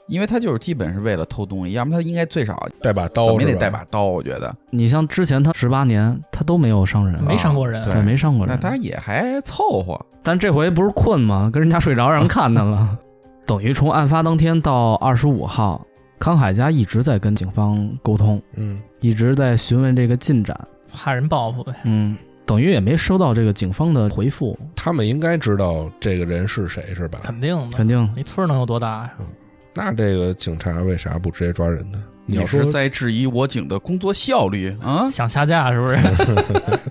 Speaker 3: 因为他就是基本是为了偷东西，要么他应该最少
Speaker 4: 带把刀
Speaker 3: 怎么也
Speaker 4: 是
Speaker 3: 得带
Speaker 4: 吧
Speaker 3: 把刀，我觉得。
Speaker 2: 你像之前他十八年，他都没有伤人，
Speaker 1: 没伤过人
Speaker 3: 啊
Speaker 2: 嗯对，没伤过
Speaker 3: 那
Speaker 2: 人。
Speaker 3: 他也还凑合，
Speaker 2: 但这回不是困吗？跟人家睡着让人看见了，等于从案发当天到二十五号，康海家一直在跟警方沟通，
Speaker 4: 嗯，
Speaker 2: 一直在询问这个进展。
Speaker 1: 怕人报复呗。
Speaker 2: 嗯，等于也没收到这个警方的回复，
Speaker 4: 他们应该知道这个人是谁是吧？
Speaker 1: 肯定的
Speaker 2: 肯，定
Speaker 1: 那村儿能有多大呀？
Speaker 4: 那这个警察为啥不直接抓人呢？你要
Speaker 3: 你
Speaker 4: 说
Speaker 3: 是在质疑我警的工作效率啊？
Speaker 1: 想下架是不 *laughs* 是？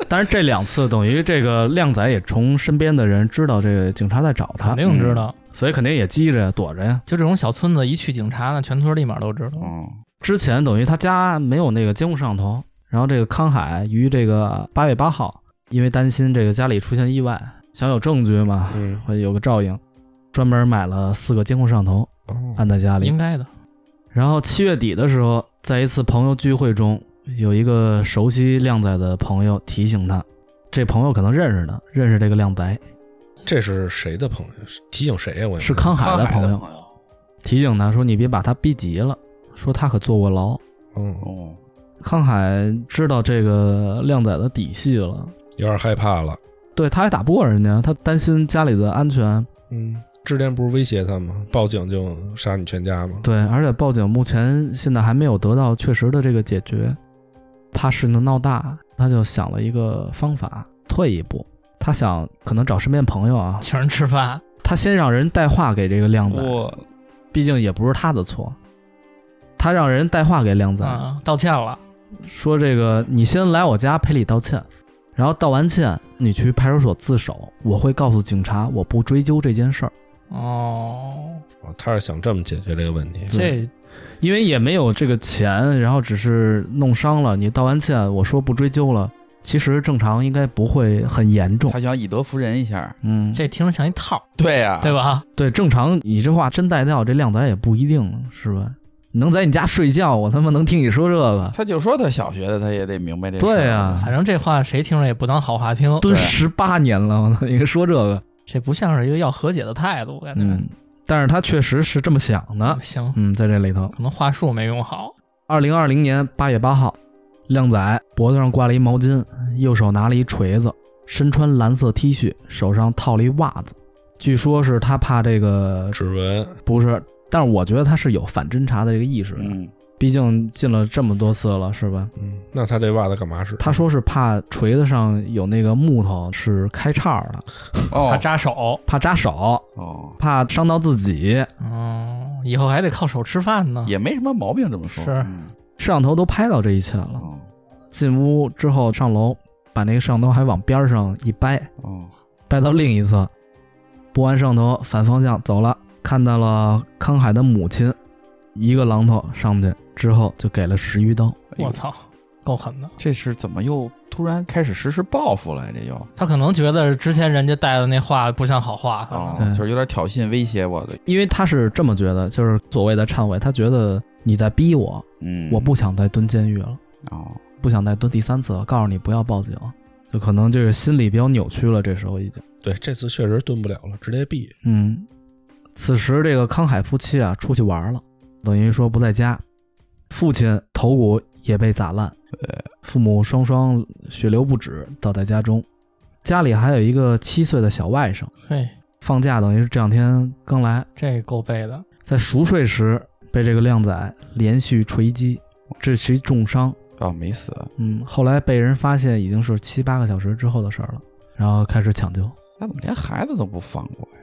Speaker 2: 但是这两次等于这个靓仔也从身边的人知道这个警察在找他
Speaker 1: 肯，定知道。
Speaker 2: 所以肯定也记着呀，躲着呀。
Speaker 1: 就这种小村子，一去警察，那全村立马都知道。
Speaker 3: 嗯，
Speaker 2: 之前等于他家没有那个监控摄像头，然后这个康海于这个八月八号，因为担心这个家里出现意外，想有证据嘛，
Speaker 4: 嗯
Speaker 2: 会有个照应，专门买了四个监控摄像头
Speaker 4: 哦，
Speaker 2: 安在家里
Speaker 1: 应。该的，
Speaker 2: 然后七月底的时候，在一次朋友聚会中，有一个熟悉靓仔的朋友提醒他，这朋友可能认识他，认识这个靓仔
Speaker 4: 这是谁的朋友？提醒谁呀、我也
Speaker 2: 是康海
Speaker 3: 康
Speaker 2: 的
Speaker 3: 海
Speaker 2: 朋
Speaker 3: 的
Speaker 2: 友，
Speaker 3: 朋友，
Speaker 2: 提醒他说你别把他逼急了，说他可坐过牢。
Speaker 4: 嗯，
Speaker 3: 哦，
Speaker 2: 康海知道这个靓仔的底细了。
Speaker 4: 有点害怕了。
Speaker 2: 对，他还打不过人家，他担心家里的安全。
Speaker 4: 嗯，之前不是威胁他吗？报警就杀你全家吗？
Speaker 2: 对，而且报警目前现在还没有得到确实的这个解决，怕事情闹大，他就想了一个方法，退一步。他想可能找身边朋友啊，
Speaker 1: 请人吃饭，
Speaker 2: 他先让人带话给这个靓仔，
Speaker 1: 我
Speaker 2: 毕竟也不是他的错。他让人带话给靓仔，
Speaker 1: 啊，道歉了，
Speaker 2: 说这个你先来我家赔礼道歉，然后道完歉你去派出所自首，我会告诉警察我不追究这件事儿。
Speaker 1: 哦，
Speaker 4: 哦他是想这么解决这个问题。
Speaker 1: 这
Speaker 2: 因为也没有这个钱，然后只是弄伤了，你道完歉，我说不追究了，其实正常应该不会很严重。
Speaker 3: 他想以德服人一下，
Speaker 2: 嗯，
Speaker 1: 这听着像一套，
Speaker 3: 对呀、
Speaker 1: 对？吧？
Speaker 2: 对正常，你这话真带掉，这靓仔也不一定是吧？能在你家睡觉，我他妈能听你说这个，
Speaker 3: 他就说他小学的，他也得明白这事儿。
Speaker 2: 对呀
Speaker 1: 反正这话谁听着也不当好话听，
Speaker 2: 蹲
Speaker 3: 对
Speaker 2: 十八年了，我操，你说这个，
Speaker 1: 这不像是一个要和解的态度，我感觉。
Speaker 2: 嗯，但是他确实是这么想
Speaker 3: 啊
Speaker 2: 的，
Speaker 1: 行，
Speaker 2: 嗯，在这里头，
Speaker 1: 可能话术没用好，
Speaker 2: 二零二零年八月八号，靓仔脖子上挂了一毛巾，右手拿了一锤子，身穿蓝色 T 恤，手上套了一袜子。据说是他怕这个
Speaker 4: 指纹，
Speaker 2: 不是，但是我觉得他是有反侦查的这个意识的，
Speaker 3: 嗯，
Speaker 2: 毕竟进了这么多次了，是吧？
Speaker 4: 嗯，那他这袜子干嘛使？
Speaker 2: 他说是怕锤子上有那个木头是开叉的，
Speaker 1: 怕
Speaker 3: 哦
Speaker 1: 扎手，
Speaker 2: 怕扎手，
Speaker 3: 哦，
Speaker 2: 怕伤到自己。
Speaker 1: 嗯，以后还得靠手吃饭呢。
Speaker 3: 也没什么毛病，这么说
Speaker 1: 是
Speaker 3: 嗯
Speaker 2: 摄像头都拍到这一切了。
Speaker 3: 哦
Speaker 2: 进屋之后上楼，把那个摄像头还往边上一掰，
Speaker 3: 哦，
Speaker 2: 掰到另一侧，拨完摄像头反方向走了，看到了康海的母亲，一个榔头上去之后就给了十余刀。
Speaker 3: 哎呦
Speaker 1: 我，操，够狠的。
Speaker 3: 这是怎么又突然开始实施报复了？这又
Speaker 1: 他可能觉得之前人家带的那话不像好话，可能
Speaker 3: 哦
Speaker 2: 啊对，
Speaker 3: 就是有点挑衅威胁我的，
Speaker 2: 因为他是这么觉得，就是所谓的忏悔，他觉得你在逼我，
Speaker 3: 嗯，
Speaker 2: 我不想再蹲监狱了，
Speaker 3: 哦，
Speaker 2: 不想再蹲第三次了，告诉你不要报警，就可能就是心里比较扭曲了，这时候已经。
Speaker 4: 对，这次确实蹲不了了，直接毙。
Speaker 2: 嗯，此时这个康海夫妻啊出去玩了，等于说不在家。父亲头骨也被砸烂，父母双双血流不止，倒在家中。家里还有一个七岁的小外甥，
Speaker 1: 嘿，
Speaker 2: 放假等于是这两天刚来，
Speaker 1: 这够背的，
Speaker 2: 在熟睡时被这个靓仔连续锤击，致其重伤。
Speaker 3: 哦，没死，
Speaker 2: 嗯，后来被人发现已经是七八个小时之后的事儿了，然后开始抢救，
Speaker 3: 他怎么连孩子都不放过呀？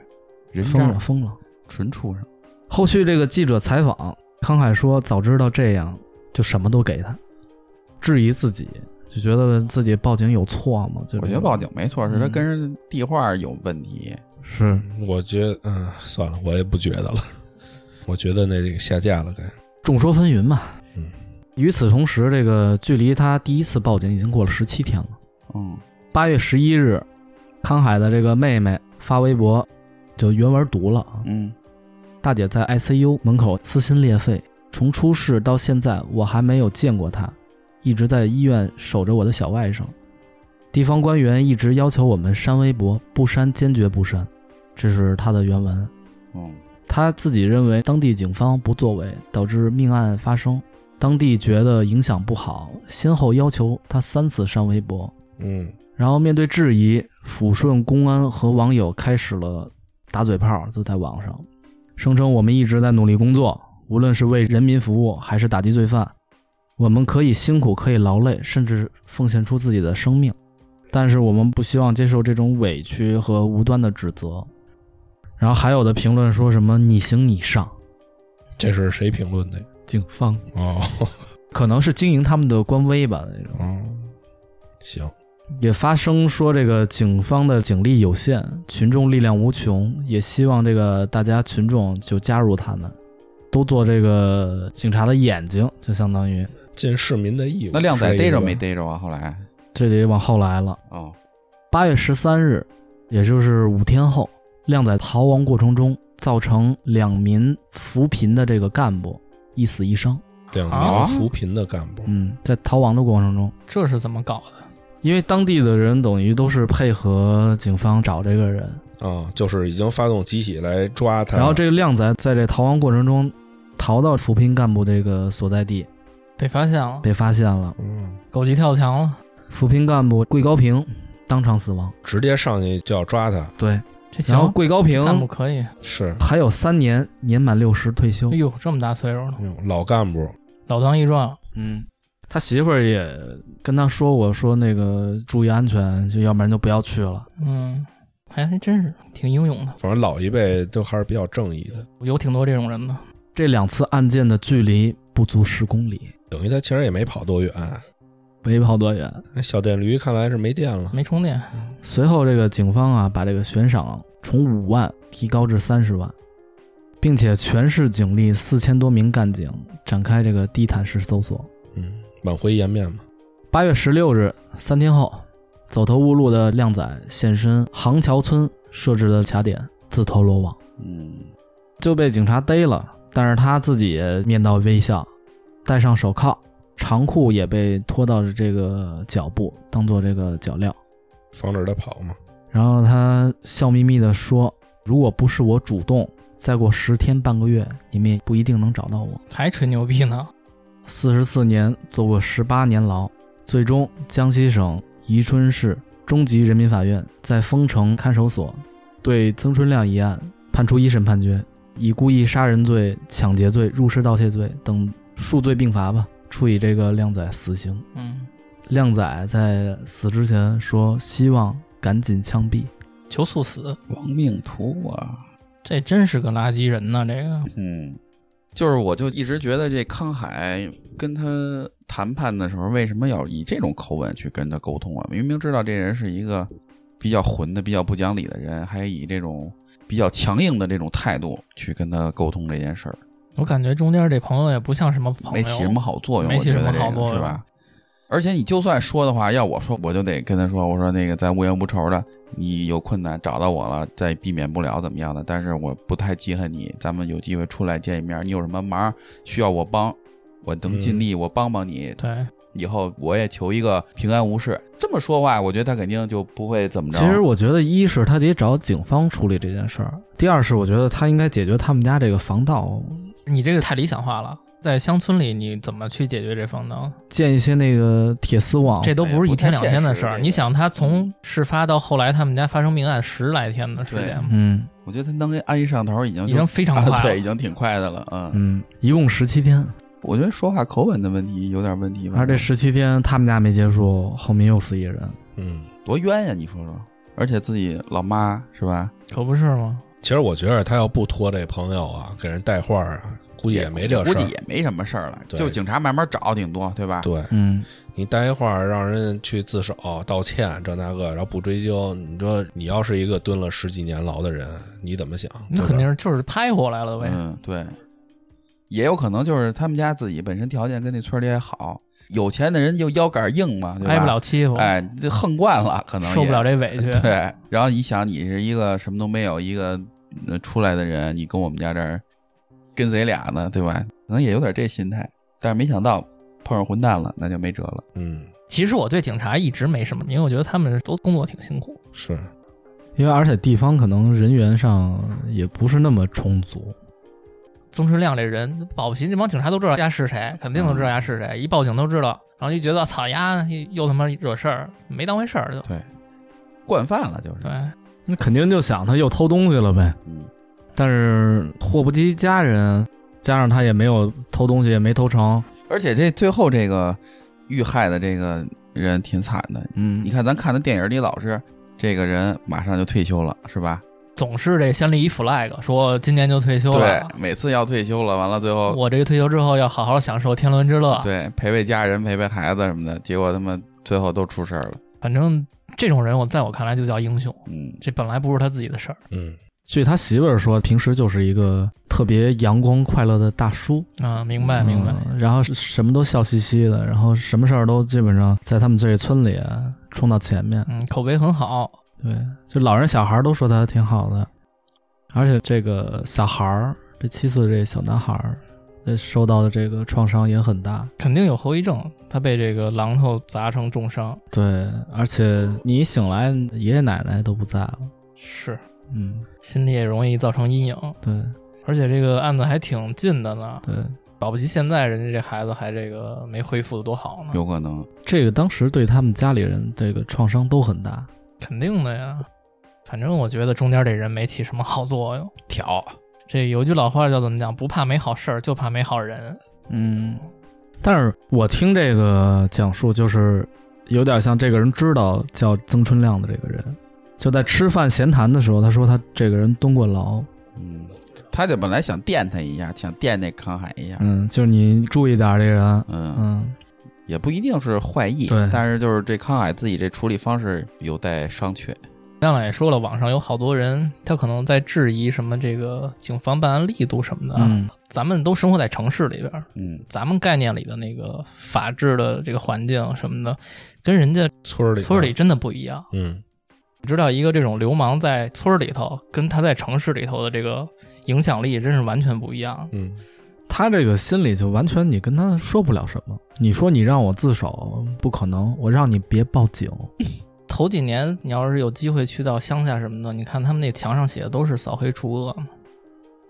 Speaker 3: 人
Speaker 2: 疯了
Speaker 3: 渣，
Speaker 2: 疯了。
Speaker 3: 纯畜生。
Speaker 2: 后续这个记者采访，康凯说：“早知道这样，就什么都给他。”质疑自己，就觉得自己报警有错吗？就这
Speaker 3: 我
Speaker 2: 种
Speaker 3: 觉得报警没错，是他
Speaker 2: 嗯
Speaker 3: 跟人递话有问题。
Speaker 2: 是
Speaker 4: 我觉得，嗯，算了，我也不觉得了。 *laughs* 我觉得那个下架了该，
Speaker 2: 众说纷纭嘛。
Speaker 4: 嗯
Speaker 2: 与此同时，这个距离他第一次报警已经过了十七天了。
Speaker 3: 嗯，
Speaker 2: 八月十一日，康海的这个妹妹发微博，就原文读了啊。
Speaker 3: 嗯，
Speaker 2: 大姐在 ICU 门口撕心裂肺，从出事到现在，我还没有见过她，一直在医院守着我的小外甥。地方官员一直要求我们删微博，不删坚决不删，这是她的原文。
Speaker 3: 嗯，
Speaker 2: 他自己认为当地警方不作为导致命案发生，当地觉得影响不好，先后要求他三次删微博。
Speaker 4: 嗯，
Speaker 2: 然后面对质疑，抚顺公安和网友开始了打嘴炮，就在网上声称我们一直在努力工作，无论是为人民服务还是打击罪犯，我们可以辛苦，可以劳累，甚至奉献出自己的生命，但是我们不希望接受这种委屈和无端的指责。然后还有的评论说什么“你行你上
Speaker 4: 这是谁评论的呀？”，
Speaker 2: 警方
Speaker 4: 哦， *laughs*
Speaker 2: 可能是经营他们的官微吧那种。
Speaker 4: 嗯，行，
Speaker 2: 也发声说这个警方的警力有限，群众力量无穷，也希望这个大家群众就加入他们，都做这个警察的眼睛，就相当于
Speaker 4: 尽市民的义务。
Speaker 3: 那靓仔
Speaker 4: 是一
Speaker 3: 逮着
Speaker 4: 个
Speaker 3: 没？逮着啊？后来，
Speaker 2: 这得往后来了。
Speaker 3: 哦，
Speaker 2: 八月十三日，也就是五天后，靓仔逃亡过程中造成两名扶贫的这个干部一死一伤。
Speaker 4: 两
Speaker 1: 啊
Speaker 4: 名扶贫的干
Speaker 3: 啊
Speaker 4: 部，
Speaker 2: 嗯，在逃亡的过程中，
Speaker 1: 这是怎么搞的？
Speaker 2: 因为当地的人等于都是配合警方找这个人，
Speaker 4: 啊，就是已经发动集体来抓他。
Speaker 2: 然后这个靓仔在这逃亡过程中，逃到扶贫干部这个所在地，
Speaker 1: 被发现了，
Speaker 2: 被发现了。
Speaker 4: 嗯，
Speaker 1: 狗急跳墙了，
Speaker 2: 扶贫干部桂高平当场死亡。
Speaker 4: 直接上去就要抓他，
Speaker 2: 嗯对，
Speaker 1: 嗯哎这行
Speaker 2: 然后，桂高
Speaker 1: 干部
Speaker 2: 平
Speaker 1: 可以，
Speaker 4: 是，
Speaker 2: 还有三年，年满六十退休
Speaker 1: 哎。呦，这么大岁数了，
Speaker 4: 哎呦老干部，
Speaker 1: 老当益壮，
Speaker 2: 嗯，他媳妇儿也跟他说过，说那个注意安全，就要不然就不要去了。
Speaker 1: 嗯，还还真是挺英勇的，
Speaker 4: 反正老一辈都还是比较正义的，
Speaker 1: 有挺多这种人的。
Speaker 2: 这两次案件的距离不足十公里，
Speaker 4: 等于他其实也没跑多远。
Speaker 2: 没跑多远。
Speaker 4: 那小电驴看来是没电了，
Speaker 1: 没充电，
Speaker 2: 随后，这个警方啊，把这个悬赏从五万提高至三十万，并且全市警力四千多名干警展开这个地毯式搜索。
Speaker 4: 嗯，挽回颜面嘛。
Speaker 2: 八月十六日，三天后，走投无路的靓仔现身杭桥村设置的卡点，自投罗网，
Speaker 3: 嗯，
Speaker 2: 就被警察逮了。但是他自己也面带微笑，戴上手铐，长裤也被拖到这个脚部，当做这个脚镣。
Speaker 4: 防止他跑嘛，
Speaker 2: 然后他笑眯眯地说：“如果不是我主动，再过十天半个月，你们也不一定能找到我。
Speaker 1: 还吹牛逼呢，”
Speaker 2: 四十四年坐过十八年牢，最终江西省宜春市中级人民法院在丰城看守所对曾春亮一案判处一审判决，以故意杀人罪、抢劫罪、入室盗窃罪等数罪并罚吧，处以这个靓仔死刑。
Speaker 1: 嗯，
Speaker 2: 靓仔在死之前说：“希望赶紧枪毙。”
Speaker 1: 求速死，
Speaker 3: 亡命徒啊，
Speaker 1: 这真是个垃圾人呐、这个
Speaker 3: 嗯，就是我就一直觉得这康海跟他谈判的时候，为什么要以这种口吻去跟他沟通啊？明明知道这人是一个比较混的、比较不讲理的人，还以这种比较强硬的这种态度去跟他沟通这件事儿，
Speaker 1: 我感觉中间这朋友也不像什么朋
Speaker 3: 没
Speaker 1: 友，
Speaker 3: 起什么好作用，
Speaker 1: 没
Speaker 3: 我
Speaker 1: 起
Speaker 3: 觉
Speaker 1: 什么
Speaker 3: 得这
Speaker 1: 好作
Speaker 3: 个
Speaker 1: 用
Speaker 3: 是吧？而且你就算说的话，要我说，我就得跟他说，我说那个咱无冤无仇的，你有困难找到我了，再避免不了怎么样的，但是我不太记恨你，咱们有机会出来见一面，你有什么忙需要我帮，我能
Speaker 1: 嗯
Speaker 3: 尽力，我帮帮你，
Speaker 1: 对，
Speaker 3: 以后我也求一个平安无事。这么说话，我觉得他肯定就不会怎么着。
Speaker 2: 其实我觉得，一是他得找警方处理这件事儿，第二是我觉得他应该解决他们家这个防盗。
Speaker 1: 你这个太理想化了，在乡村里你怎么去解决这风能？
Speaker 2: 建一些那个铁丝网，
Speaker 1: 这都不是一天两天的事
Speaker 3: 哎不太现
Speaker 1: 儿。
Speaker 3: 实
Speaker 1: 你想，他从事发到后来他们家发生命案十来天的时间，
Speaker 2: 嗯
Speaker 3: 我觉得他能给安一上头已经
Speaker 1: 已经非常
Speaker 3: 啊，
Speaker 1: 快
Speaker 3: *laughs* 对，已
Speaker 1: 了。
Speaker 3: 经挺快的了。嗯，
Speaker 2: 嗯，一共十七天，
Speaker 3: 我觉得说话口吻的问题有点问题吧。
Speaker 2: 而这十七天他们家没结束，后面又死一人，
Speaker 4: 嗯，
Speaker 3: 多冤呀！你说说，而且自己老妈是吧？
Speaker 1: 可不是吗？
Speaker 4: 其实我觉得他要不托这朋友啊，给人带话儿啊，估计也没这
Speaker 3: 估
Speaker 4: 事
Speaker 3: 计
Speaker 4: 儿。
Speaker 1: 啊
Speaker 3: 也没什么事儿了，
Speaker 4: 对
Speaker 3: 就警察慢慢找，顶多对吧？
Speaker 4: 对
Speaker 2: 嗯，
Speaker 4: 你带话儿让人去自首、道歉这那个，然后不追究，你说你要是一个蹲了十几年牢的人，你怎么想？
Speaker 1: 那
Speaker 4: 对吧
Speaker 1: 肯定是就是拍回来了呗。
Speaker 3: 嗯，对，也有可能就是他们家自己本身条件跟那村里也好，有钱的人就腰杆硬嘛，对吧？
Speaker 1: 挨不了，欺负，
Speaker 3: 哎，这横惯了，可能也
Speaker 1: 受不了这委屈。
Speaker 3: *laughs* 对，然后你想，你是一个什么都没有，一个呃出来的人，你跟我们家这儿跟谁俩呢，对吧？可能也有点这心态，但是没想到碰上混蛋了，那就没辙了。
Speaker 4: 嗯，
Speaker 1: 其实我对警察一直没什么，因为我觉得他们都工作挺辛苦。
Speaker 4: 是
Speaker 2: 因为而且地方可能人员上也不是那么充足，
Speaker 1: 曾春亮这人，保不齐这帮警察都知道丫是谁，肯定都
Speaker 3: 嗯
Speaker 1: 知道丫是谁，一报警都知道，然后就觉得操丫又又他妈惹事儿，没当回事儿就
Speaker 3: 对，惯犯了就是。
Speaker 1: 对。
Speaker 2: 那肯定就想他又偷东西了呗。
Speaker 3: 嗯，
Speaker 2: 但是祸不及家人，加上他也没有偷东西，也没偷成，
Speaker 3: 而且这最后这个遇害的这个人挺惨的，
Speaker 2: 嗯
Speaker 3: 你，看咱看的电影里老是这个人马上就退休了，是吧？
Speaker 1: 总是这先立一 flag，说今年就退休
Speaker 3: 对
Speaker 1: 了，，
Speaker 3: 每次要退休了，完了最后
Speaker 1: 我这个退休之后要好好享受天伦之乐。，
Speaker 3: 对陪陪家人、陪陪孩子什么的，结果他妈最后都出事儿了。
Speaker 1: 反正这种人，我在我看来就叫英雄。
Speaker 3: 嗯，
Speaker 1: 这本来不是他自己的事儿，
Speaker 4: 嗯，
Speaker 2: 据他媳妇儿说，平时就是一个特别阳光快乐的大叔，
Speaker 1: 啊，明白明白。
Speaker 2: 嗯然后什么都笑嘻嘻的，然后什么事儿都基本上在他们这村里啊冲到前面。
Speaker 1: 嗯，口碑很好，
Speaker 2: 对，就老人小孩儿都说他挺好的，而且这个小孩儿，这七岁这小男孩儿，呃受到的这个创伤也很大。
Speaker 1: 肯定有后遗症。他被这个榔头砸成重伤，
Speaker 2: 对，而且你一醒来，爷爷奶奶都不在了。
Speaker 1: 是
Speaker 2: 嗯，
Speaker 1: 心里也容易造成阴影。
Speaker 2: 对
Speaker 1: 而且这个案子还挺近的呢，
Speaker 2: 对，
Speaker 1: 保不齐现在人家这孩子还这个没恢复的多好呢，
Speaker 3: 有可能。
Speaker 2: 这个当时对他们家里人这个创伤都很大。
Speaker 1: 肯定的呀。反正我觉得中间这人没起什么好作用。
Speaker 3: 挑，
Speaker 1: 这有句老话叫怎么讲？不怕没好事儿，就怕没好人。
Speaker 2: 嗯，但是我听这个讲述，就是有点像这个人知道叫曾春亮的这个人，就在吃饭闲谈的时候，他说他这个人蹲过牢，
Speaker 3: 嗯，他就本来想电他一下，想电那康海一下，
Speaker 2: 嗯，就是你注意点儿这人，
Speaker 3: 嗯，
Speaker 2: 嗯，
Speaker 3: 也不一定是坏意，
Speaker 2: 对
Speaker 3: 但是就是这康海自己这处理方式有待商榷。
Speaker 1: 亮亮也说了，网上有好多人，他可能在质疑什么这个警方办案力度什么的。啊
Speaker 2: 嗯，
Speaker 1: 咱们都生活在城市里边儿，
Speaker 3: 嗯，
Speaker 1: 咱们概念里的那个法治的这个环境什么的，跟人家
Speaker 4: 村儿里
Speaker 1: 村儿里，真的不一样。
Speaker 4: 嗯，
Speaker 1: 你知道，一个这种流氓在村儿里头，跟他在城市里头的这个影响力真是完全不一样。
Speaker 4: 嗯，
Speaker 2: 他这个心里就完全你跟他说不了什么，你说你让我自首不可能，我让你别报警，
Speaker 1: 头几年，你要是有机会去到乡下什么的，你看他们那墙上写的都是扫黑除恶嘛，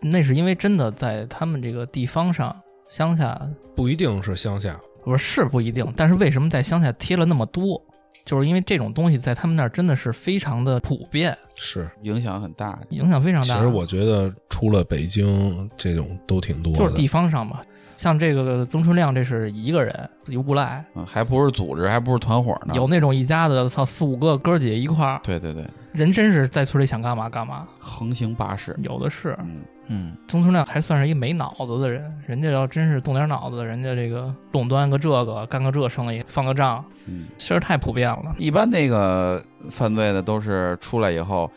Speaker 1: 那是因为真的在他们这个地方上，乡下
Speaker 4: 不一定是乡下，
Speaker 1: 我说是不一定，但是为什么在乡下贴了那么多？就是因为这种东西在他们那儿真的是非常的普遍，
Speaker 4: 是。
Speaker 3: 影响很大。
Speaker 1: 影响非常
Speaker 4: 其
Speaker 1: 大。
Speaker 4: 实我觉得出了北京这种都挺多的，
Speaker 1: 就是地方上嘛，像这个曾春亮，这是一个人一无赖，
Speaker 3: 嗯，还不是组织，还不是团伙
Speaker 4: 啊
Speaker 3: 呢。
Speaker 1: 有，那种一家子操四五个哥儿姐一块儿，
Speaker 3: 对对对，
Speaker 1: 人真是在村里想干嘛干嘛，
Speaker 3: 横行霸市。
Speaker 1: 有的是。
Speaker 3: 嗯，
Speaker 2: 嗯，
Speaker 1: 曾春亮还算是一没脑子的人，人家要真是动点脑子，人家这个垄断个这个，干个这生意，放个账，
Speaker 3: 嗯，
Speaker 1: 其实太普遍了。
Speaker 3: 一般那个犯罪的都是出来以后，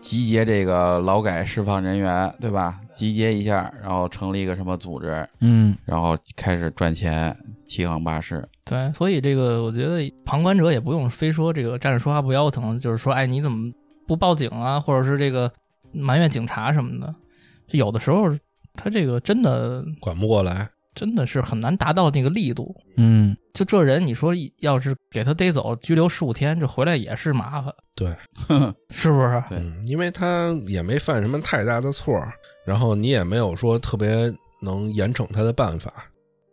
Speaker 3: 集结这个劳改释放人员，对吧？集结一下，然后成立一个什么组织，
Speaker 2: 嗯，
Speaker 3: 然后开始赚钱，欺行霸市。
Speaker 1: 对，所以这个我觉得旁观者也不用非说这个站着说话不腰疼，就是说，哎，你怎么不报警啊，或者是这个埋怨警察什么的，有的时候他这个真的
Speaker 4: 管不过来，
Speaker 1: 真的是很难达到那个力度。
Speaker 2: 嗯，
Speaker 1: 就这人，你说要是给他逮走，拘留十五天，这回来也是麻烦，
Speaker 4: 对，
Speaker 1: 是不是？
Speaker 3: 对
Speaker 4: 嗯，因为他也没犯什么太大的错儿，然后你也没有说特别能严惩他的办法，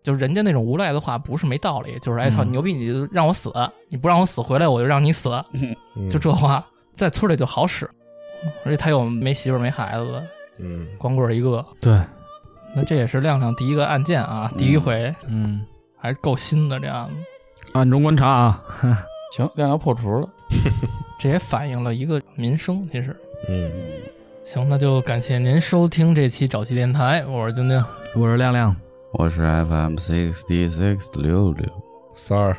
Speaker 1: 就是人家那种无赖的话不是没道理，就是哎操
Speaker 2: 嗯
Speaker 1: 你牛逼你就让我死，你不让我死回来我就让你死，
Speaker 4: 嗯
Speaker 1: 就这话在村里就好使，而且他又没媳妇儿没孩子的，
Speaker 4: 嗯，
Speaker 1: 光棍儿一个，
Speaker 2: 对，
Speaker 1: 那这也是亮亮第一个案件啊，第一回
Speaker 2: 嗯，
Speaker 1: 还是够新的这样子，
Speaker 2: 暗中观察啊，
Speaker 3: 行，亮阳破除了。
Speaker 1: 这也反映了一个民生其实。
Speaker 4: 嗯，
Speaker 1: 行，那就感谢您收听这期找气电台，我是晶晶，
Speaker 2: 我是亮亮，
Speaker 3: 我是 FM sixty six 六六，
Speaker 4: 三儿，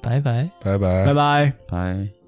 Speaker 1: 拜拜。
Speaker 2: 哎
Speaker 4: 拜拜
Speaker 2: 拜拜。
Speaker 3: 拜。